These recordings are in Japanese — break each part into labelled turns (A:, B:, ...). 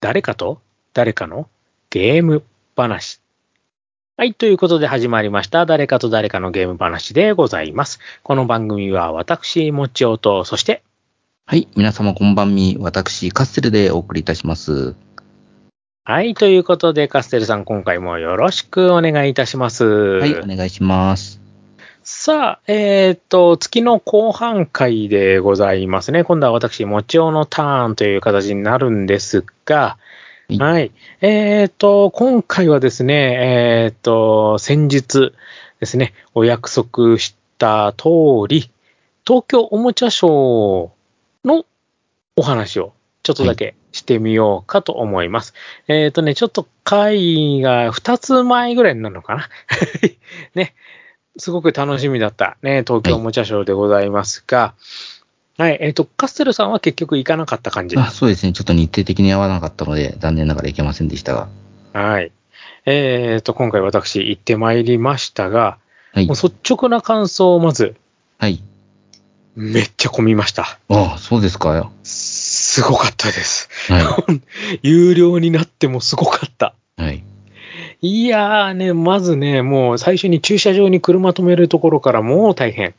A: 誰かと誰かのゲーム話。はい。ということで始まりました。誰かと誰かのゲーム話でございます。この番組は私、もちおと、そして、
B: はい、皆様こんばんみ、私、カッセルでお送りいたします。
A: はい。ということで、カステルさん、今回もよろしくお願いいたします。
B: はい、お願いします。
A: さあ、えっ、と、月の後半回でございますね。今度は私、もちおのターンという形になるんですが、
B: はい
A: はい。えっ、と、今回はですね、えっ、と、先日ですね、お約束した通り、東京おもちゃショーのお話をちょっとだけしてみようかと思います。えっ、とね、ちょっと回が2つ前ぐらいになるのかな ね。すごく楽しみだったね、東京おもちゃショーでございますが、はい、えっ、と、カステルさんは結局行かなかった感じです
B: あそうですね、ちょっと日程的に合わなかったので、残念ながらいけませんでしたが。
A: はい。えっ、と、今回私行ってまいりましたが、
B: はい
A: もう。率直な感想をまず、
B: はい。
A: めっちゃ混みました。
B: ああ、そうですか。は
A: すごかったです。
B: い。
A: 有料になってもすごかった。
B: はい。
A: いやーね、まずね、もう最初に駐車場に車止めるところからもう大変。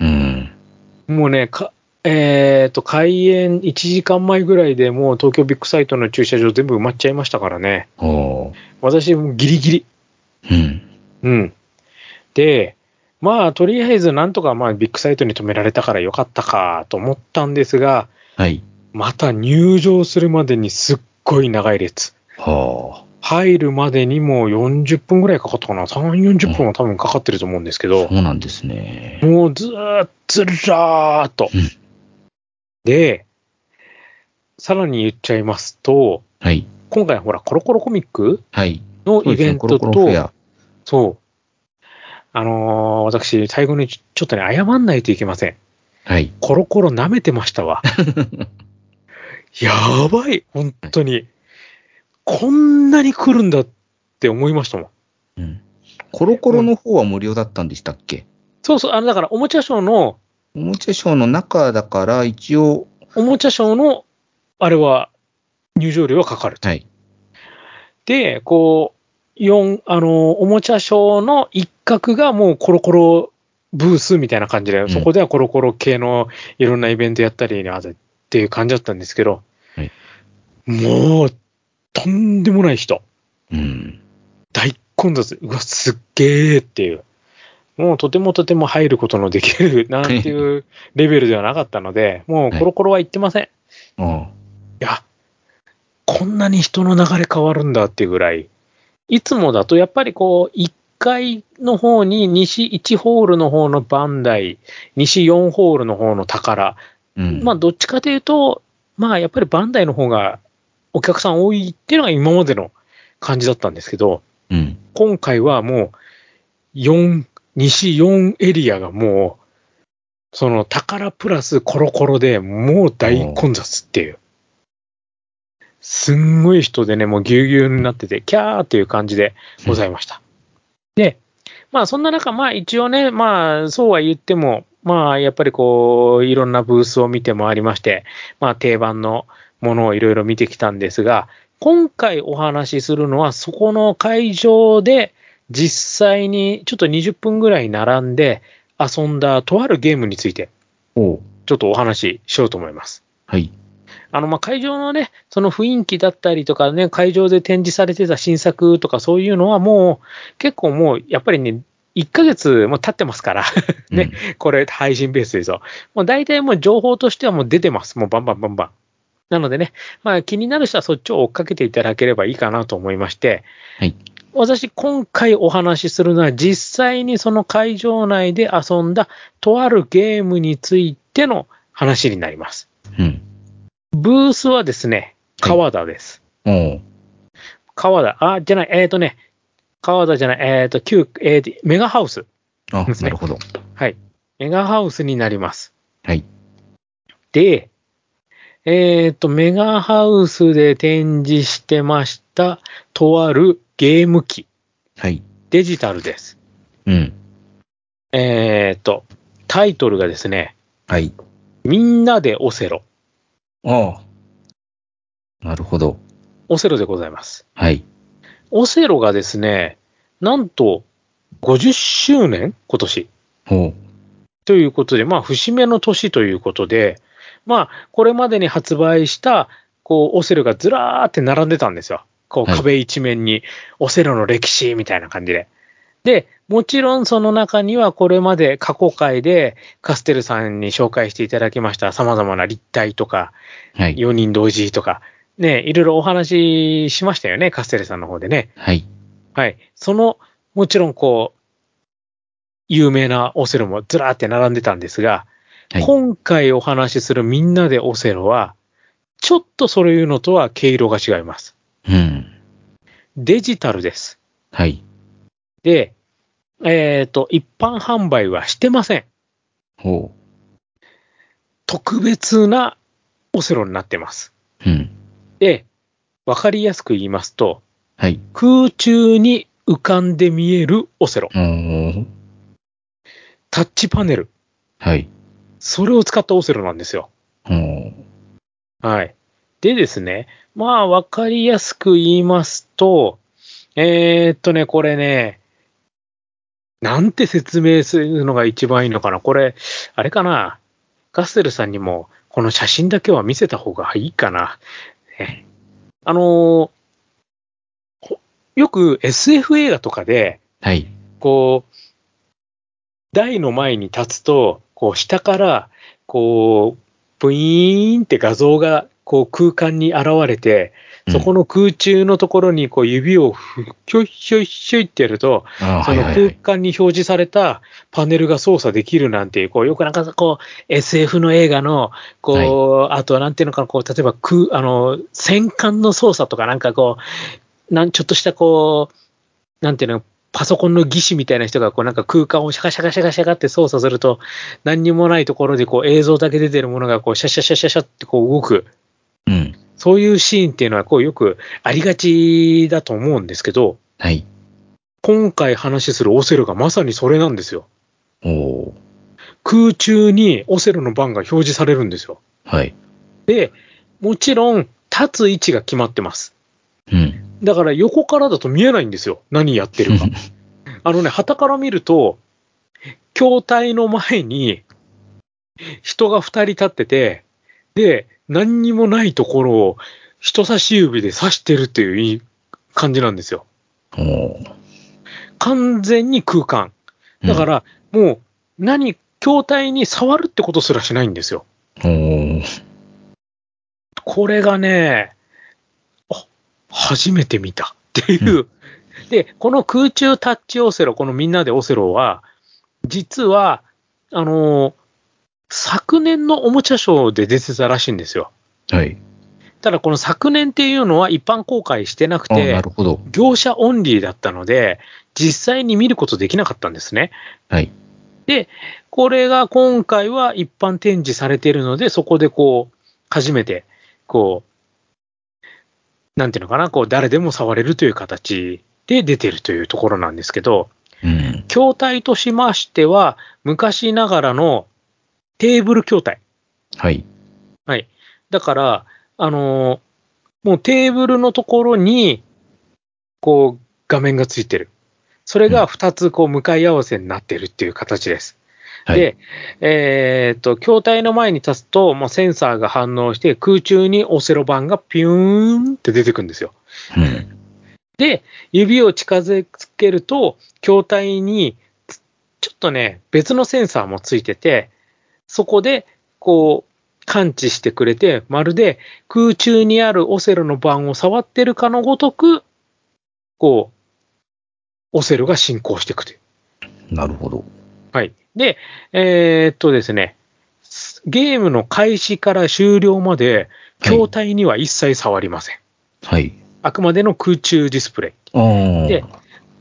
B: うん。
A: もうね、かえっ、と、開園1時間前ぐらいでもう東京ビッグサイトの駐車場全部埋まっちゃいましたからね。
B: おー
A: 私もうギリギリ。
B: うん。
A: うん。で、まあ、とりあえず、なんとか、まあ、ビッグサイトに止められたからよかったかと思ったんですが、
B: はい。
A: また入場するまでにすっごい長い列。
B: は
A: 入るまでにもう40分ぐらいかかったかな。3、40分は多分かかってると思うんですけ
B: あ。
A: ど
B: そ、うなんですね。
A: もうずーっずらーっと
B: うん。
A: で、さらに言っちゃいますと、
B: はい。
A: 今回ほら、コロコロコミック
B: はい。
A: の
B: そう
A: イ
B: です
A: ベ
B: ね
A: ン
B: コ
A: ト
B: ロコロフ
A: と、
B: ェア。
A: そう。あのー私、最後にちょちょっとね、謝んないといけません。
B: はい。
A: コロコロ舐めてましたわ。やばい、本当に。こんなに来るんだって思いましたもん。
B: うん。コロコロの方は無料だったんでしたっけ
A: そうそう、あの、だから、おもちゃショーの、
B: おもちゃショーの中だから、一応、
A: おもちゃショーの、あれは、入場料はかかると。
B: はい。
A: で、こう、四あの、おもちゃショーの一角がもうコロコロブースみたいな感じで、
B: ん
A: そこではコロコロ系のいろんなイベントやったりね、あとっていう感じだったんですけど、
B: はい
A: もう、とんでもない人。
B: うん。
A: 大混雑。うわ、すっげーっていう。もうとてもとても入ることのできるなんていうレベルではなかったので、もうコロコロは行ってません。い
B: あ
A: や、こんなに人の流れ変わるんだっていうぐらい。いつもだとやっぱりこう、1階の方に西1ホールの方のバンダイ、西4ホールの方の宝。
B: あ。うん。
A: まあどっちかというと、まあやっぱりバンダイの方がお客さん多いっていうのが今までの感じだったんですけど、
B: うん。
A: 今回はもう、4、西4エリアがもう、その宝プラスコロコロでもう大混雑っていう。すんごい人でね、もうぎゅうぎゅうになってて、キャーっていう感じでございました。で、まあそんな中、まあ一応ね、まあそうは言っても、まあやっぱりこう、いろんなブースを見て回りまして、まあ定番のものをいろいろ見てきたんですが、今回お話しするのは、そこの会場で実際にちょっと20分ぐらい並んで遊んだとあるゲームについて、
B: おう
A: ちょっとお話ししようと思います。
B: はい。
A: あの、まあ、会場のね、その雰囲気だったりとかね、会場で展示されてた新作とかそういうのはもう、結構もう、やっぱりね、1ヶ月も経ってますから、ね、これ配信ベースですよ。もう大体もう情報としてはもう出てます。もうバンバンバンバン。なのでね、まあ気になる人はそっちを追っかけていただければいいかなと思いまして、
B: はい
A: 私今回お話しするのは実際にその会場内で遊んだとあるゲームについての話になります。
B: うん。
A: ブースはですね、
B: はい
A: 川田です。
B: うん。おう
A: 川田、あ、じゃない、えっ、とね、川田じゃない、えっ、と、旧、えーとメガハウス。
B: あ、
A: ですね
B: なるほど。
A: はい。メガハウスになります。
B: はい。
A: で、えっ、と、メガハウスで展示してました、とあるゲーム機、
B: はい。
A: デジタルです。
B: うん。
A: えっ、と、タイトルがですね、
B: はい。
A: みんなでオセロ。
B: ああ。なるほど。
A: オセロでございます。
B: はい。
A: オセロがですね、なんと50周年今年
B: ほう。
A: ということで、まあ、節目の年ということで、まあ、これまでに発売した、こう、オセロがずらーって並んでたんですよ。こう、
B: はい
A: 壁一面に、オセロの歴史みたいな感じで。で、もちろんその中にはこれまで過去回でカステルさんに紹介していただきました様々な立体とか、
B: はい。
A: 4人同時とか、ね、いろいろお話ししましたよね、カステルさんの方でね。
B: はい。
A: はい。その、もちろんこう、有名なオセロもずらーって並んでたんですが、
B: はい。
A: 今回お話しするみんなでオセロは、ちょっとそういうのとは毛色が違います。
B: うん。
A: デジタルです。
B: はい。
A: で、えっ、と、一般販売はしてません。
B: ほ
A: 特別なオセロになってます。
B: う。うん。
A: で、わかりやすく言いますと、
B: はい。
A: 空中に浮かんで見えるオセロ、
B: おー。
A: タッチパネル、
B: はい。
A: それを使ったオセロなんですよ。
B: おー。
A: はい。でですね、まあ、わかりやすく言いますと、えーっとね、これね、なんて説明するのが一番いいのかな。これ、あれかな。ガッセルさんにも、この写真だけは見せた方がいいかな。ねあのーほよく SF 映画とかで、
B: はい。
A: こう、台の前に立つと、こう、下から、こう、ブイーンって画像が、こう、空間に現れて、そこ
B: の、
A: の空中のところに、こう、指をふ、ひょいひょいひょいってやると、
B: あー
A: そ
B: はい
A: の
B: はいは
A: 空
B: い。
A: 間に表示されたパネルが操作できるなんていう、こう、よくなんか、こう、SF の映画の、こう、あと、なんていうのかな、こう、例えば、空、あの、戦艦の操作とか、なんかこう、なん、ちょっとした、こう、なんていうの、パソコンの技師みたいな人が、こう、なんか空間をシャカシャカシャカシャカって操作すると、何にもないところで、こう、映像だけ出てるものが、こう、シャシャシャシャシャって、こう、動く。
B: うん。
A: そういうシーンっていうのは、こう、よくありがちだと思うんですけど、
B: はい。
A: 今回話しするオセロがまさにそれなんですよ。
B: おー。
A: 空中にオセロの番が表示されるんですよ。
B: はい。
A: で、もちろん立つ位置が決まってます。
B: うん。
A: だから横からだと見えないんですよ。何やってるか。あのね、旗から見ると、筐体の前に人が二人立ってて、で、何にもないところを人差し指で指してるっていういい感じなんですよ。
B: おー。
A: 完全に空間。だから、もう何、筐体に触るってことすらしないんですよ。
B: うん、おー。
A: これがね、あ初めて見たっていう、
B: う
A: で、この空中タッチオセロ、このみんなでオセロは、実は、あのー昨年のおもちゃショーで出てたらしいんですよ。
B: はい。
A: ただ、この昨年っていうのは一般公開してなく
B: あーな
A: て
B: る、ほど。
A: 業者オンリーだったので、実際に見ることできなかったんですね。
B: はい。
A: これが今回は一般展示されているので、そこでこう、初めて、こう、なんていうのかな、こう、誰でも触れるという形で出てるというところなんですけど、
B: うん。
A: 筐体としましては、昔ながらのテーブル筐体。
B: はい。
A: はい。だから、あのーもうテーブルのところに、こう、画面がついてる。それが2つ、こう、向かい合わせになってるっていう形です。
B: はい。
A: で、えーっと、筐体の前に立つと、まあ、センサーが反応して、空中にオセロ板がピューンって出てくるんですよ。
B: うん。
A: で、指を近づけると、筐体に、つちょっとね、別のセンサーもついてて、そこで、こう、感知してくれて、まるで空中にあるオセロの板を触ってるかのごとく、こう、オセロが進行していくという。
B: なるほど。
A: はい。で、えーっとですね、すゲームの開始から終了まで、
B: はい
A: 筐体には一切触りません。
B: はい。
A: あくまでの空中ディスプレイ。
B: あー
A: で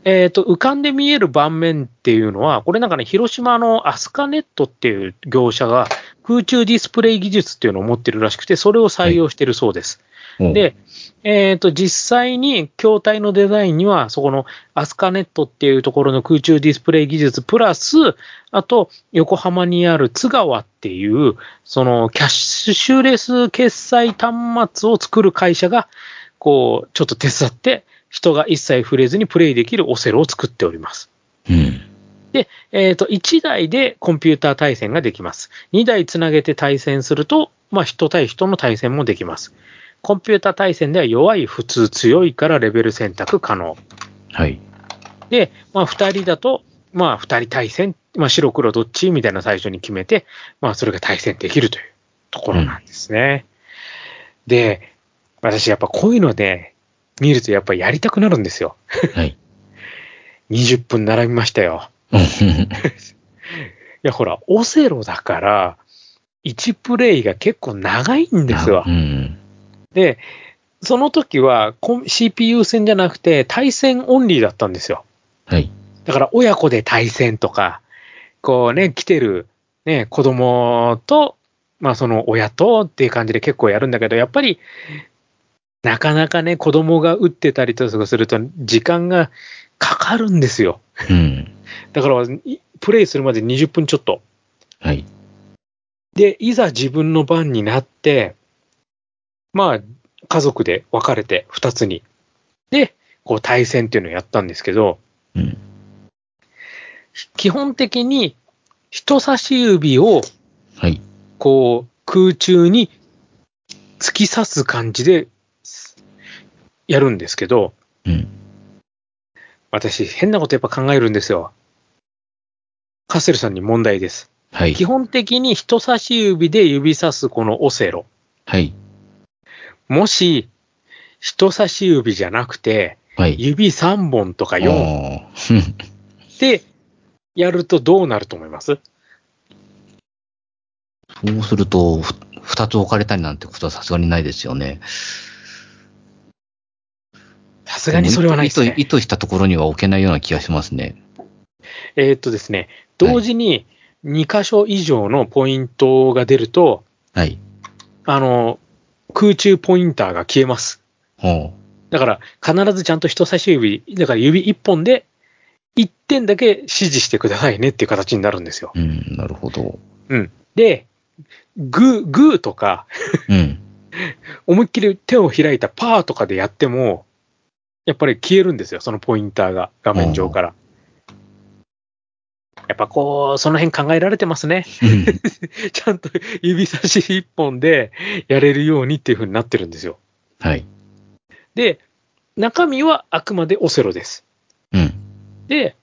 A: えーっと、浮かんで見える盤面っていうのは、これなんかね、広島のアスカネットっていう業者が空中ディスプレイ技術っていうのを持ってるらしくて、それを採用してるそうです。
B: おー
A: で、えっ、と、実際に筐体のデザインには、そこのアスカネットっていうところの空中ディスプレイ技術プラス、あと、横浜にある津川っていう、そのキャッシュレス決済端末を作る会社が、こう、ちょっと手伝って、人が一切触れずにプレイできるオセロを作っております。
B: うん。
A: えっ、と、1台でコンピューター対戦ができます。2台つなげて対戦すると、まあ、人対人の対戦もできます。コンピューター対戦では弱い、普通、強いからレベル選択可能。
B: はい。
A: で、まあ、2人だと、まあ、2人対戦、まあ、白黒どっちみたいな最初に決めて、まあ、それが対戦できるというところなんですね。で、私やっぱこういうので、見るとやっぱやりたくなるんですよ。
B: はい。
A: 20分並びましたよ。
B: うん
A: いや、ほら、オセロだから、1プレイが結構長いん ですわ
B: う。ん。
A: で、その時はコン CPU 戦じゃなくて対戦オンリーだったんですよ。
B: はい。
A: だから親子で対戦とか、こうね、来てる、ね、子供と、まあその親とっていう感じで結構やるんだけど、やっぱり、なかなかね、子供が打ってたりとかすると、時間がかかるんですよ。
B: うん。
A: だから、いプレイするまで20分ちょっと。
B: はい。
A: で、いざ自分の番になって、まあ、家族で分かれて、二つに。で、こう対戦っていうのをやったんですけど、
B: うん。
A: 基本的に人差し指を、
B: はい。
A: こう、空中に突き刺す感じで、やるんですけど、
B: うん。
A: 私、変なことやっぱ考えるんですよ。カッセルさんに問題です。
B: はい
A: 基。本的に人差し指で指さすこのオセロ。
B: はい。
A: もし、人差し指じゃなくて、
B: はい。
A: 指3本とか4本
B: おー
A: でやるとどうなると思います
B: そうすると、ふ二つ置かれたりなんてことはさすがにないですよね。
A: さすがにそれはないです
B: 意図
A: ね。
B: 意図したところには置けないような気がしますね。
A: えーっとですね、同時に2箇所以上のポイントが出ると、
B: はい。
A: あの、空中ポインターが消えます。
B: ほ
A: だから、必ずちゃんと人差し指、だから指1本で、1点だけ指示してくださいねっていう形になるんですよ。
B: う。うん、なるほど。
A: で、グー、グーとか、
B: うん。
A: 思いっきり手を開いたパーとかでやっても、やっぱり消えるんですよ、そのポインターが、画面上から。やっぱこう、その辺考えられてますね。
B: うん
A: ちゃんと指差し一本でやれるようにっていう風になってるんですよ。
B: はい。
A: で、中身はあくまでオセロです。
B: うん。
A: で、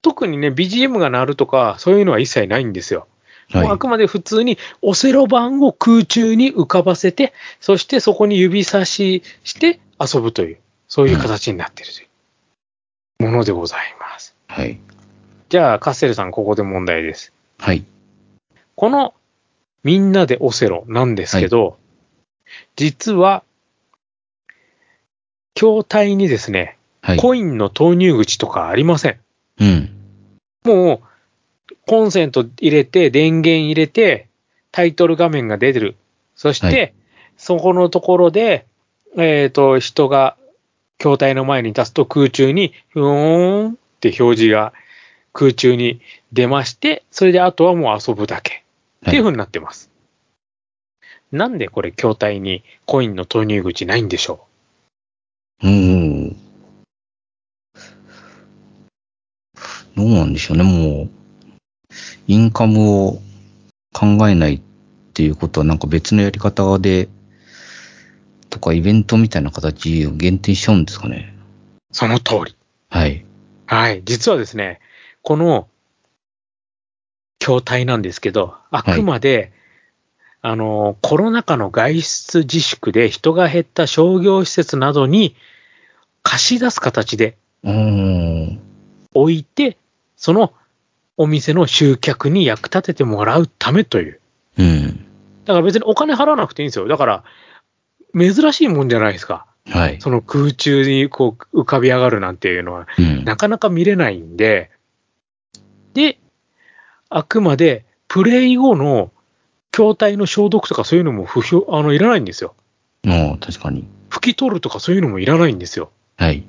A: 特にね、BGM が鳴るとか、そういうのは一切ないんですよ。
B: は
A: もうあ
B: い。
A: くまで普通にオセロ版を空中に浮かばせて、そしてそこに指差しして遊ぶという、そういう形になっているというものでございます。
B: はい。
A: じゃあ、カッセルさん、ここで問題です。
B: はい。
A: このみんなでオセロなんですけど、実は、筐体にですね、
B: はい。
A: コインの投入口とかありません。
B: うん。
A: もう、コンセント入れて、電源入れて、タイトル画面が出てる。そして、
B: は
A: そこのところで、えっ、と、人が、筐体の前に立つと空中に、ふーんって表示が空中に出まして、それであとはもう遊ぶだけ。っていう風になってます。なんでこれ筐体にコインの投入口ないんでしょ
B: うん。どうなんでしょうね、もう。インカムを考えないっていうことは、なんか別のやり方で、とかイベントみたいな形を限定しちゃうんですかね。
A: うその通り。
B: はい。
A: はい、実はですね、この筐体なんですけど、あくまで、あのコロナ禍の外出自粛で人が減った商業施設などに貸し出す形で
B: うーん。
A: 置いて、そのお店の集客に役立ててもらうためという。
B: うん。
A: だから別にお金払わなくていいんですよ。だから、珍しいもんじゃないですか。
B: はい。
A: その空中にこう浮かび上がるなんていうのは。
B: うん。
A: なかなか見れないんで、で、あくまでプレイ後の筐体の消毒とかそういうのも不評、あの、いらないんですよ。
B: ああ、確かに。
A: 拭き取るとかそういうのもいらないんですよ。
B: はい。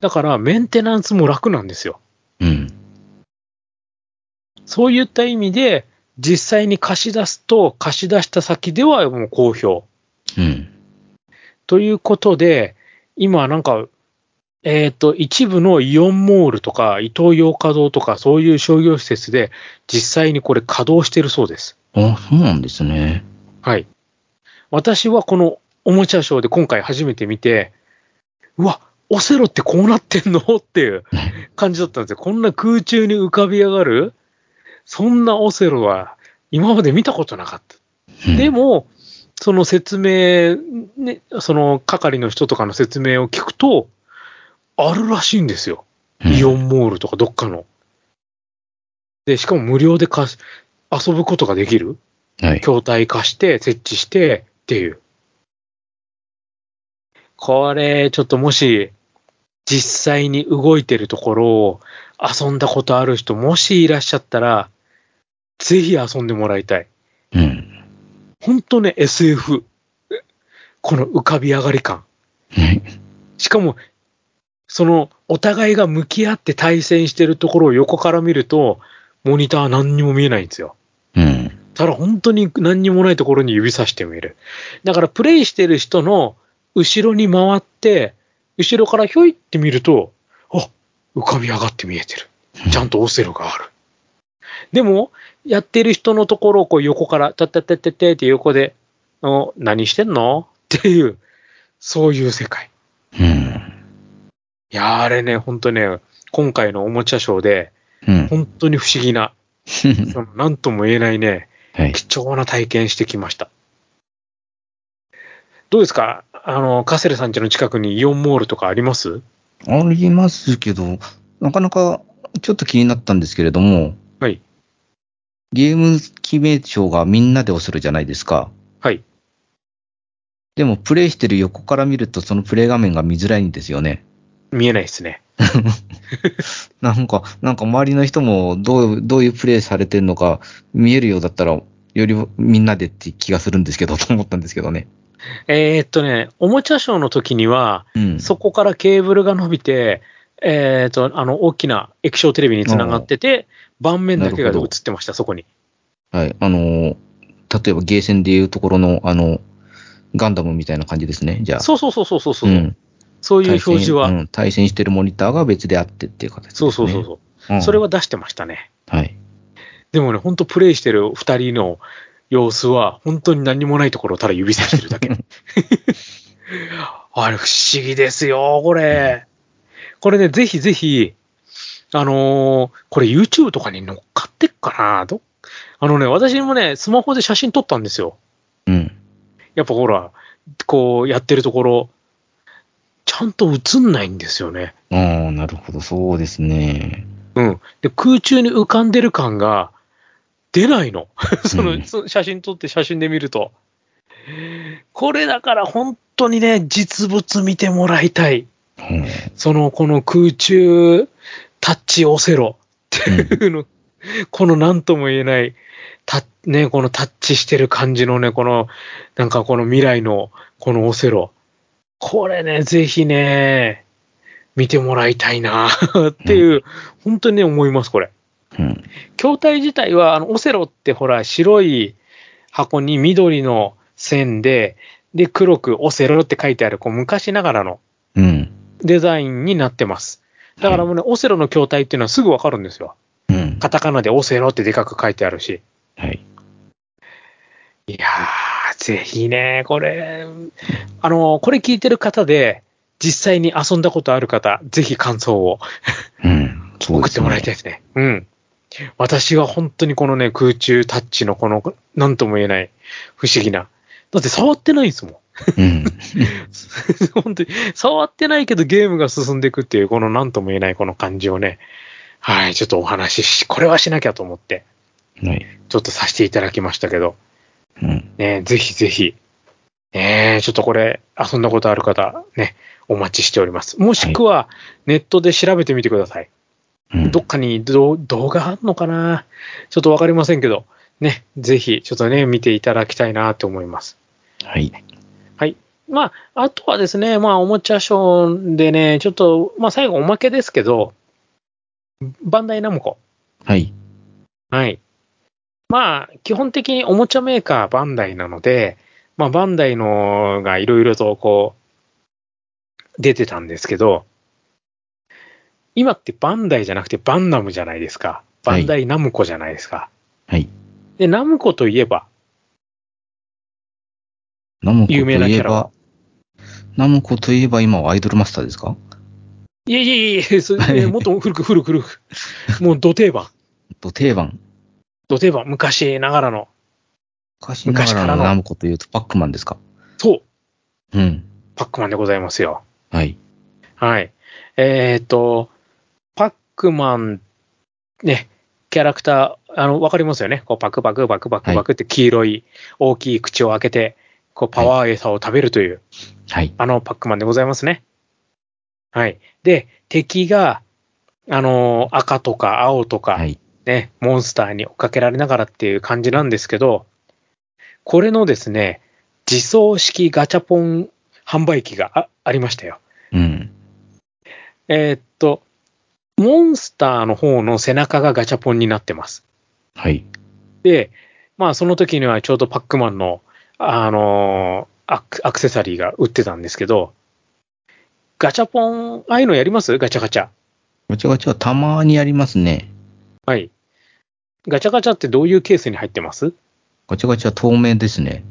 A: だからメンテナンスも楽なんですよ。
B: うん。
A: そういった意味で、実際に貸し出すと、貸し出した先ではもう好評。
B: うん。
A: ということで、今なんか、えっ、と、一部のイオンモールとか、イトーヨーカドーとか、そういう商業施設で、実際にこれ稼働してるそうです。
B: あ、そうなんですね。
A: はい。私はこのおもちゃショーで今回初めて見て、うわ、オセロってこうなってんのって いう感じだったんですよ。こんな空中に浮かび上がる、そんなオセロは今まで見たことなかった。
B: うん
A: で、も、その説明、ね、その係の人とかの説明を聞くと、あるらしいんですよ。
B: うん
A: イオンモールとかどっかの。で、しかも無料で貸し遊ぶことができる。
B: はい。
A: 筐体化して、設置してっていう。これ、ちょっともし、実際に動いてるところを遊んだことある人、もしいらっしゃったら、ぜひ遊んでもらいたい。
B: うん。
A: ほんとね、SF。この浮かび上がり感。
B: はい。
A: しかも、その、お互いが向き合って対戦してるところを横から見ると、モニター何にも見えないんですよ。
B: うん。
A: ただ本当に何にもないところに指さしてみる。だからプレイしてる人の後ろに回って、後ろからひょいって見ると、あ、浮かび上がって見えてる。ちゃんとオセロがある。でも、やってる人のところをこう横から、たたたたたって横で、お何してんのっていう、そういう世界。
B: うん。
A: いやーあれね、本当ね、今回のおもちゃショーで、
B: うん。
A: 本当に不思議な、そのなんとも言えないね、
B: はい。
A: 貴重な体験してきました。どうですかあの、カセルさん家の近くにイオンモールとかあります
B: ありますけど、なかなかちょっと気になったんですけれども、
A: はい。
B: ゲーム決め賞がみんなで押せるじゃないですか。
A: はい。
B: でも、プレイしてる横から見ると、そのプレイ画面が見づらいんですよね。
A: 見えないですね。
B: なんか、なんか周りの人もどう、どういうプレイされてるのか見えるようだったら、よりみんなでって気がするんですけど、と思ったんですけどね。
A: えーっとね、おもちゃショーの時には、
B: うん。
A: そこからケーブルが伸びて、えーっと、あの、大きな液晶テレビにつながってて、盤面だけが
B: なる
A: 映
B: ほど
A: ってました、そこに。
B: はい。あのー例えばゲーセンでいうところの、あの、ガンダムみたいな感じですね、じゃあ。
A: そうそうそうそうそう。う
B: うん。
A: そういう表示は、
B: 対戦うん対戦してるモニターが別であってっていう形です、ね。
A: そうそうそうそう、
B: うん
A: それは出してましたね。
B: はい。
A: でもね、ほんとプレイしてる二人の様子は、本当に何もないところをただ指さしてるだけ。あれ、不思議ですよ、これ。これね、ぜひぜひ、あのーこれ YouTube とかに乗っかってっかなどあのね、私もね、スマホで写真撮ったんですよ。
B: うん。
A: やっぱほら、こうやってるところ、ちゃんと映んないんですよね。
B: ああ、なるほど、そうですね。
A: うん。で、空中に浮かんでる感が出ないの。 その、
B: うん
A: その写真撮って写真で見ると。これだから本当にね、実物見てもらいたい。
B: うん。
A: その、この空中タッチオセロっていうの、この何とも言えない、た、ね、このタッチしてる感じのね、この、なんかこの未来の、このオセロ。これね、ぜひね、見てもらいたいなっていう、本当にね、思います、これ。
B: うん。
A: 筐体自体は、あの、オセロってほら、白い箱に緑の線で、で、黒くオセロって書いてある、こう、昔ながらの
B: うん。
A: デザインになってます。だからもうね、オセロの筐体っていうのはすぐわかるんですよ。
B: うん。
A: カタカナでオセロってでかく書いてあるし。
B: はい。
A: いやー、ぜひね、これ、あの、これ聞いてる方で、実際に遊んだことある方、ぜひ感想を
B: うん。そう
A: 送っ
B: で
A: て
B: すね。
A: もらいたい
B: い。
A: ですね。うん。私は本当にこのね、空中タッチのこの、なんとも言えない、不思議な。だって触ってないんですもん。
B: うん。
A: 本当に、触ってないけどゲームが進んでいくっていう、この何とも言えないこの感じをね、はい、ちょっとお話しし、これはしなきゃと思って、
B: はい。
A: ちょっとさせていただきましたけど、
B: うん。
A: ね、ぜひぜひ、ねえ、ちょっとこれ、遊んだことある方、ね、お待ちしております。もしくは、ネットで調べてみてください。
B: うん
A: どっかにど動画あんのかなちょっとわかりませんけど、ね、ぜひ、ちょっとね、見ていただきたいなと思います。
B: はい。
A: まあ、あとはですね、まあ、おもちゃショーでね、ちょっと、まあ、最後おまけですけど、バンダイナムコ。
B: はい。
A: はい。まあ、基本的におもちゃメーカーバンダイなので、まあ、バンダイのがいろいろとこう、出てたんですけど、今ってバンダイじゃなくてバンナムじゃないですか。バンダイナムコじゃないですか。
B: はい。
A: で、ナムコといえば、
B: ナムコと
A: 有名ないキ
B: え
A: ャラは
B: ば、ナムコといえば今はアイドルマスターですか
A: いやいやいやいや、それもっと古く古く古く。もう土定番。
B: と定番。
A: 土定番。昔ながらの。
B: 昔ながら
A: 昔から
B: の
A: の
B: ナムコというとパックマンですか
A: そう。
B: うん。
A: パックマンでございますよ。
B: はい。
A: はい。えっ、と、パックマン、ね、キャラクター、あの、わかりますよね。こう、パクパク、パクパク、パクって黄色い大きい口を開けて、こう、パワー餌を食べるという、
B: はい。
A: あのパックマンでございますね。はい。で、敵が、あのー赤とか青とか、
B: はい。
A: ね、モンスターに追っかけられながらっていう感じなんですけど、これのですね、自走式ガチャポン販売機があありましたよ。
B: うん。
A: えーっと、モンスターの方の背中がガチャポンになってます。
B: はい。
A: で、まあその時にはちょうどパックマンの、あのーアクアクセサリーが売ってたんですけど、ガチャポン、ああいうのやりますガチャガチャ。
B: ガチャガチャはたまにやりますね。
A: はい。ガチャガチャってどういうケースに入ってます
B: ガチャガチャは透明ですね。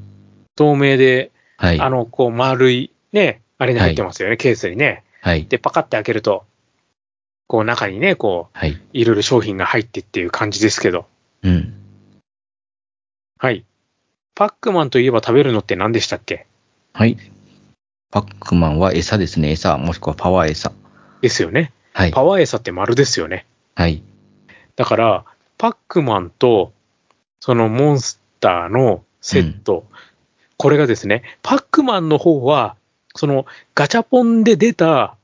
A: 透明で、
B: はい。
A: あの、こう丸い、ね、あれに入ってますよね、ケースにね。
B: はい。
A: で、パカって開けると、こう中にね、こ
B: はい。
A: う、いろいろ商品が入ってっていう感じですけど、
B: うん。
A: はい。パックマンといえば食べるのって何でしたっけ
B: はい。パックマンは餌ですね。餌、もしくはパワー餌。
A: ですよね。
B: はい。
A: パワーエサって丸ですよね。
B: はい。
A: だから、パックマンと、そのモンスターのセット、これがですね、パックマンの方は、そのガチャポンで出た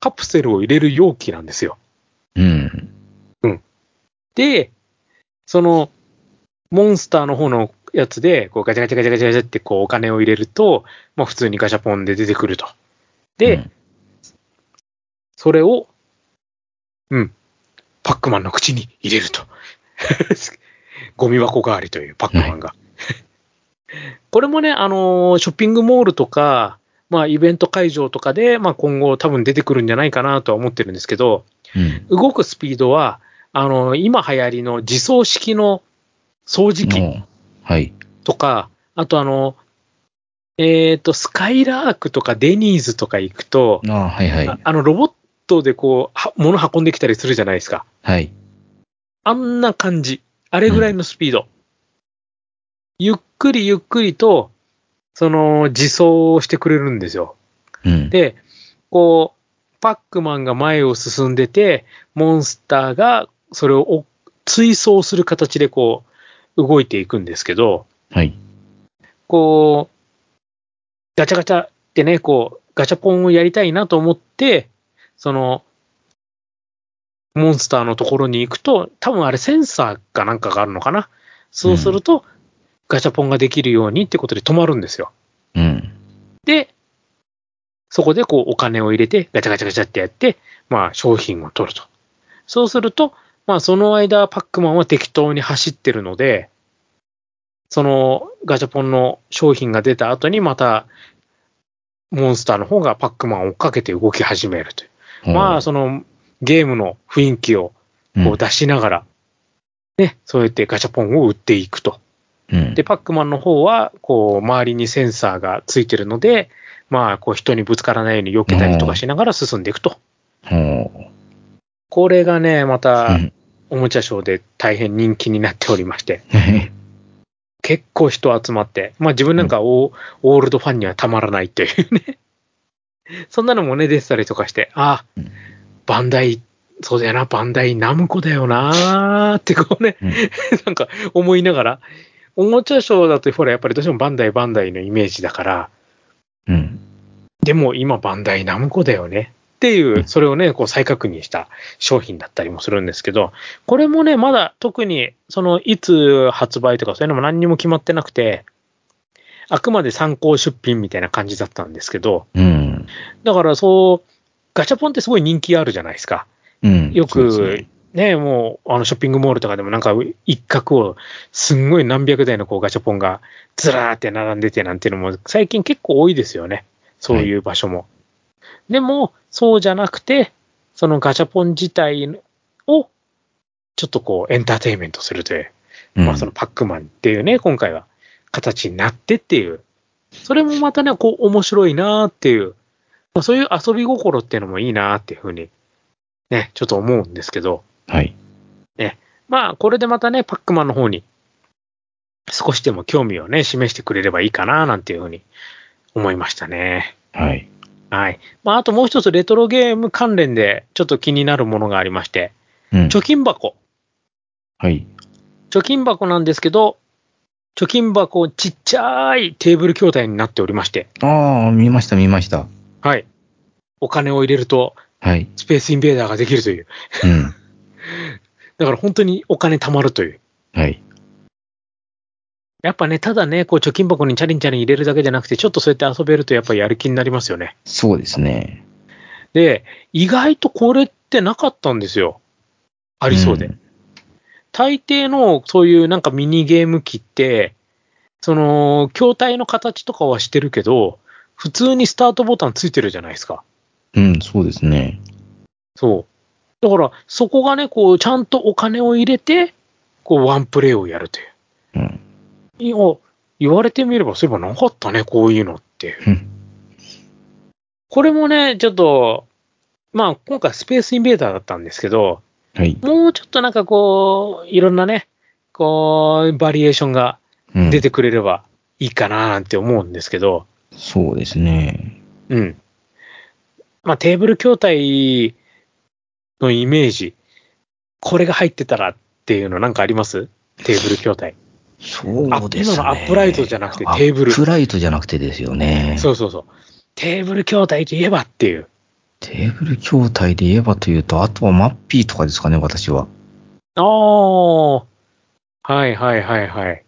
A: カプセルを入れる容器なんですよ。
B: うん。
A: で、その、モンスターの方のやつで、こうガチャガチャガチャガチャガチャってこうお金を入れると、まあ普通にガチャポンで出てくると。で、
B: うん
A: それを、うん、パックマンの口に入れると。 ゴミ箱代わりというパックマンが。これもね、あのーショッピングモールとか、まあ、イベント会場とかで、まあ、今後多分出てくるんじゃないかなとは思ってるんですけど、
B: うん。
A: 動くスピードは、あのー今流行りの自走式の掃除機
B: のはい。
A: とか、あとあのーえっ、と、スカイラークとかデニーズとか行くと、
B: ああ、はいは
A: あ
B: い。
A: あの、ロボットでこう、は物運んできたりするじゃないですか。
B: はい。
A: あんな感じ。あれぐらいのスピード。ゆっくりゆっくりと、その、自走をしてくれるんですよ。
B: うん。
A: で、こう、パックマンが前を進んでて、モンスターがそれを追追走する形でこう、動いていくんですけど、
B: はい。
A: こう、ガチャガチャってね、こう、ガチャポンをやりたいなと思って、その、モンスターのところに行くと、多分あれセンサーかなんかがあるのかな。そうすると、ガチャポンができるようにってことで止まるんですよ。
B: うん。
A: で、そこでこうお金を入れて、ガチャガチャガチャってやって、まあ商品を取ると。そうすると、まあその間、パックマンは適当に走ってるので、そのガチャポンの商品が出た後にまた、モンスターの方がパックマンを追っかけて動き始めるという。まあそのゲームの雰囲気を
B: うん
A: こう出しながら、ね、そうやってガチャポンを売っていくと。
B: うん
A: で、パックマンの方は、こう、周りにセンサーがついてるので、まあ、こう、人にぶつからないように避けたりとかしながら進んでいくと。
B: ほ
A: これがね、ま
B: う
A: た
B: う、ん
A: おもちゃショーで大変人気になっておりまして、結構人集まって、まあ自分なんかオーオールドファンにはたまらないというね。 そんなのもね、出てたりとかして、あ
B: うん、
A: バンダイ、そうだよな、バンダイナムコだよなーってこうね、
B: うん
A: なんか思いながら、おもちゃショーだと、ほら、やっぱりどうしてもバンダイバンダイのイメージだから、
B: うん。
A: でも今バンダイナムコだよねっていうう、
B: ん
A: それをね、こう再確認した商品だったりもするんですけど、これもね、まだ特に、その、いつ発売とかそういうのも何にも決まってなくて、あくまで参考出品みたいな感じだったんですけど、
B: うん。
A: だからそう、ガチャポンってすごい人気あるじゃないですか。
B: うん。
A: よ
B: そうです
A: く
B: ね、
A: ね、もう、あの、ショッピングモールとかでもなんか、一角を、すんごい何百台のこうガチャポンが、ずらーって並んでてなんていうのも、最近結構多いですよね。そういう場所も。でも、そうじゃなくて、そのガチャポン自体を、ちょっとこう、エンターテインメントするという、
B: うん
A: まあそのパックマンっていうね、今回は、形になってっていう。それもまたね、こう、面白いなーっていう、まあそういう遊び心っていうのもいいなーっていうふうに、ね、ちょっと思うんですけど、
B: はい。
A: まあ、これでまたね、パックマンの方に、少しでも興味をね、示してくれればいいかな、なんていうふうに思いましたね。
B: はい。
A: はい。まあ、あともう一つ、レトロゲーム関連で、ちょっと気になるものがありまして、
B: うん。
A: 貯金箱。
B: はい。
A: 貯金箱なんですけど、貯金箱、ちっちゃいテーブル筐体になっておりまして、
B: ああ、見ました、見ました。
A: はい。お金を入れると、
B: はい。
A: スペースインベーダーができるという。
B: うん。
A: だから本当にお金貯まるという。
B: はい。
A: やっぱね、ただね、こう貯金箱にチャリンチャリン入れるだけじゃなくて、ちょっとそうやって遊べるとやっぱやる気になりますよね。
B: そうですね。
A: で、意外とこれってなかったんですよ。あ
B: あ
A: りそうで。大抵のそういうなんかミニゲーム機って、その、筐体の形とかはしてるけど、普通にスタートボタンついてるじゃないですか。
B: うん、そうですね。
A: そう。だから、そこがね、こう、ちゃんとお金を入れて、こう、ワンプレイをやるという。
B: うん。
A: いや、言われてみれば、そういえばなかったね、こういうのっていう
B: うん。
A: これもね、ちょっと、まあ、今回スペースインベーダーだったんですけど、
B: はい。
A: もうちょっとなんかこう、いろんなね、こう、バリエーションが
B: うん、
A: 出てくれればいいかななんて思うんですけど、
B: そうですね。
A: うん。まあ、テーブル筐体のイメージ、これが入ってたらっていうのなんかありますテーブル筐体。
B: そうですね。
A: あ今のアップライトじゃなくてテーブル
B: アップライトじゃなくてですよね。
A: そうそうそう。テーブル筐体といえばっていう。
B: テーブル筐体で言えばというと、あとはマッピーとかですかね、私は。
A: ああ。はいはいはいはい。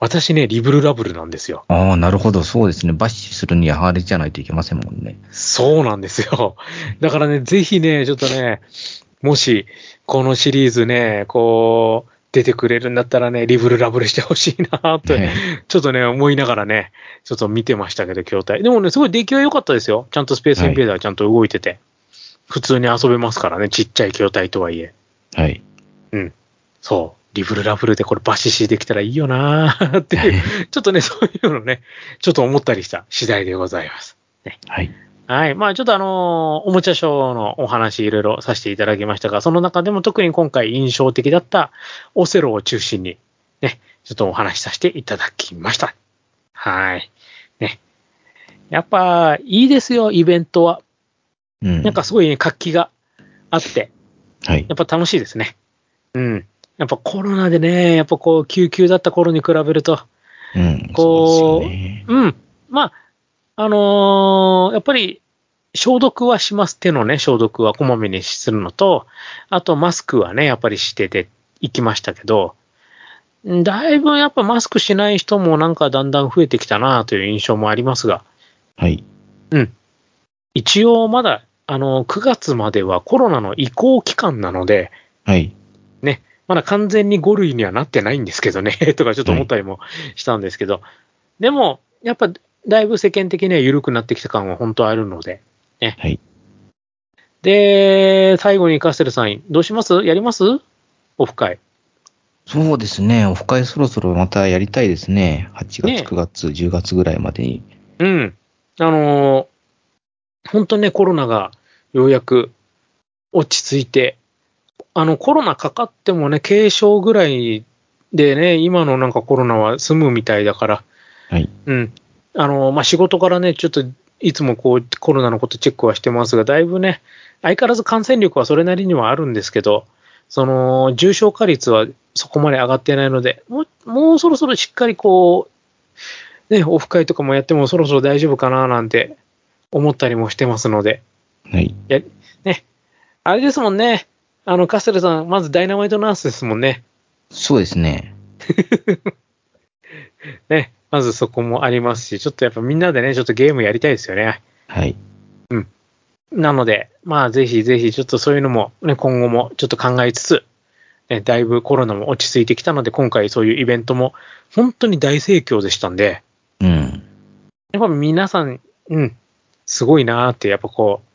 A: 私ね、リブルラブルなんですよ。
B: ああ、なるほど、そうですね。バッシュするにはあれじゃないといけませんもんね。
A: そうなんですよ。だからね、ぜひね、ちょっとね、もし、このシリーズね、こう、出てくれるんだったらね、リブルラブルしてほしいなと、
B: ね
A: ちょっとね、思いながらね、ちょっと見てましたけど、筐体。でもね、すごい出来は良かったですよ。ちゃんとスペースインベーダーちゃんと動いてて。普通に遊べますからね、ちっちゃい筐体とはいえ。
B: はい。
A: そう。リブルラブルでこれバシシできたらいいよなーっていう、ちょっとね、そういうのね、ちょっと思ったりした次第でございます。
B: はい。
A: はい。まあちょっとあのーおもちゃショーのお話いろいろさせていただきましたが、その中でも特に今回印象的だったオセロを中心に、ね、ちょっとお話しさせていただきました。はい。ね。やっぱ、いいですよ、イベントは。
B: うん。
A: なんか、すごい、ね、活気があって、
B: はい。
A: やっぱ楽しいですね。うん。やっぱコロナでね、やっぱこう、救急だった頃に比べると、
B: うん。
A: こう
B: そうですよね。
A: うん。まあ、あのーやっぱり、消毒はします。手のね、消毒はこまめにするのと、あとマスクはね、やっぱりしてていきましたけど、んだいぶやっぱマスクしない人もなんかだんだん増えてきたなという印象もありますが、
B: はい。
A: 一応まだ、あのー、9月まではコロナの移行期間なので、
B: はい。
A: まだ完全に5類にはなってないんですけどね、 とかちょっと思ったりもしたんですけど、でも、やっぱだいぶ世間的には緩くなってきた感は本当あるので、ね。
B: はい
A: で、最後にカステルさん、どうしますやりますオフ会。
B: そうですね。オフ会そろそろまたやりたいですね。8月、
A: ね
B: 9月、10月ぐらいまでに。
A: うん。あのー本当にね、コロナがようやく落ち着いて、あの、コロナかかってもね、軽症ぐらいでね、今のなんかコロナは済むみたいだから、
B: はい。
A: うん。あの、まあ、仕事からね、ちょっと、いつもこう、コロナのことチェックはしてますが、だいぶね、相変わらず感染力はそれなりにはあるんですけど、その、重症化率はそこまで上がってないので、もう、もうそろそろしっかりこう、ね、オフ会とかもやってもそろそろ大丈夫かななんて思ったりもしてますので、
B: はい。
A: あれですもんね、あの、カステルさん、まずダイナマイトナースですもんね。
B: そうですね。
A: ね、まずそこもありますし、ちょっとやっぱみんなでね、ちょっとゲームやりたいですよね。
B: はい。
A: なので、まあ、ぜひぜひ、ちょっとそういうのも、ね、今後もちょっと考えつつ、ね、だいぶコロナも落ち着いてきたので、今回そういうイベントも、本当に大盛況でしたんで、
B: うん。
A: やっぱ皆さん、うん、すごいなーって、やっぱこう、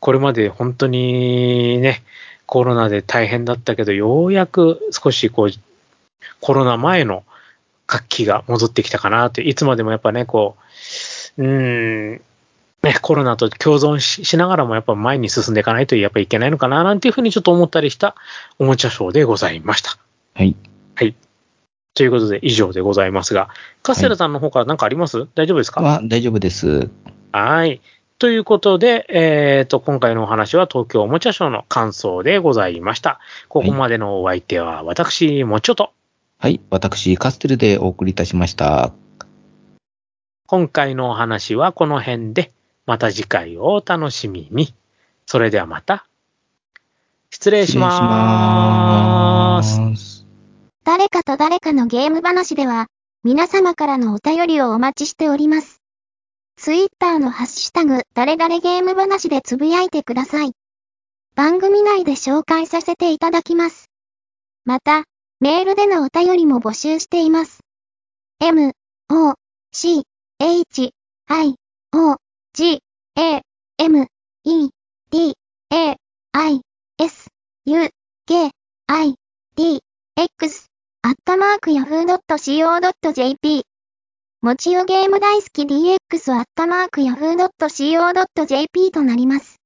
A: これまで本当にね、コロナで大変だったけど、ようやく少しこう、コロナ前の活気が戻ってきたかなって、いつまでもやっぱね、こう、うーん、ね、コロナと共存ししながらもやっぱ前に進んでいかないとやっぱいけないのかななんていうふうにちょっと思ったりしたおもちゃショーでございました。
B: はい。
A: ということで以上でございますが、カステラさんの方から何かあります、大丈夫ですか
B: は、大丈夫です。
A: はい。ということで、えっ、と、今回のお話は東京おもちゃショーの感想でございました。ここまでのお相手は私、もちょと。
B: はい。私、カステルでお送りいたしました。
A: 今回のお話はこの辺で、また次回をお楽しみに。それではまた。失礼しまーす。
B: 失礼します。
C: 誰かと誰かのゲーム話では、皆様からのお便りをお待ちしております。ツイッターのハッシュタグ、誰々ゲーム話でつぶやいてください。番組内で紹介させていただきます。また、メールでのお便りも募集しています。m, o, c, h, i, o, g, a, m, e, d, a, i, s, u, k, i, d, x アットマーク yahoo.co.jp。もちよゲーム大好き dx アットマーク yahoo.co.jp となります。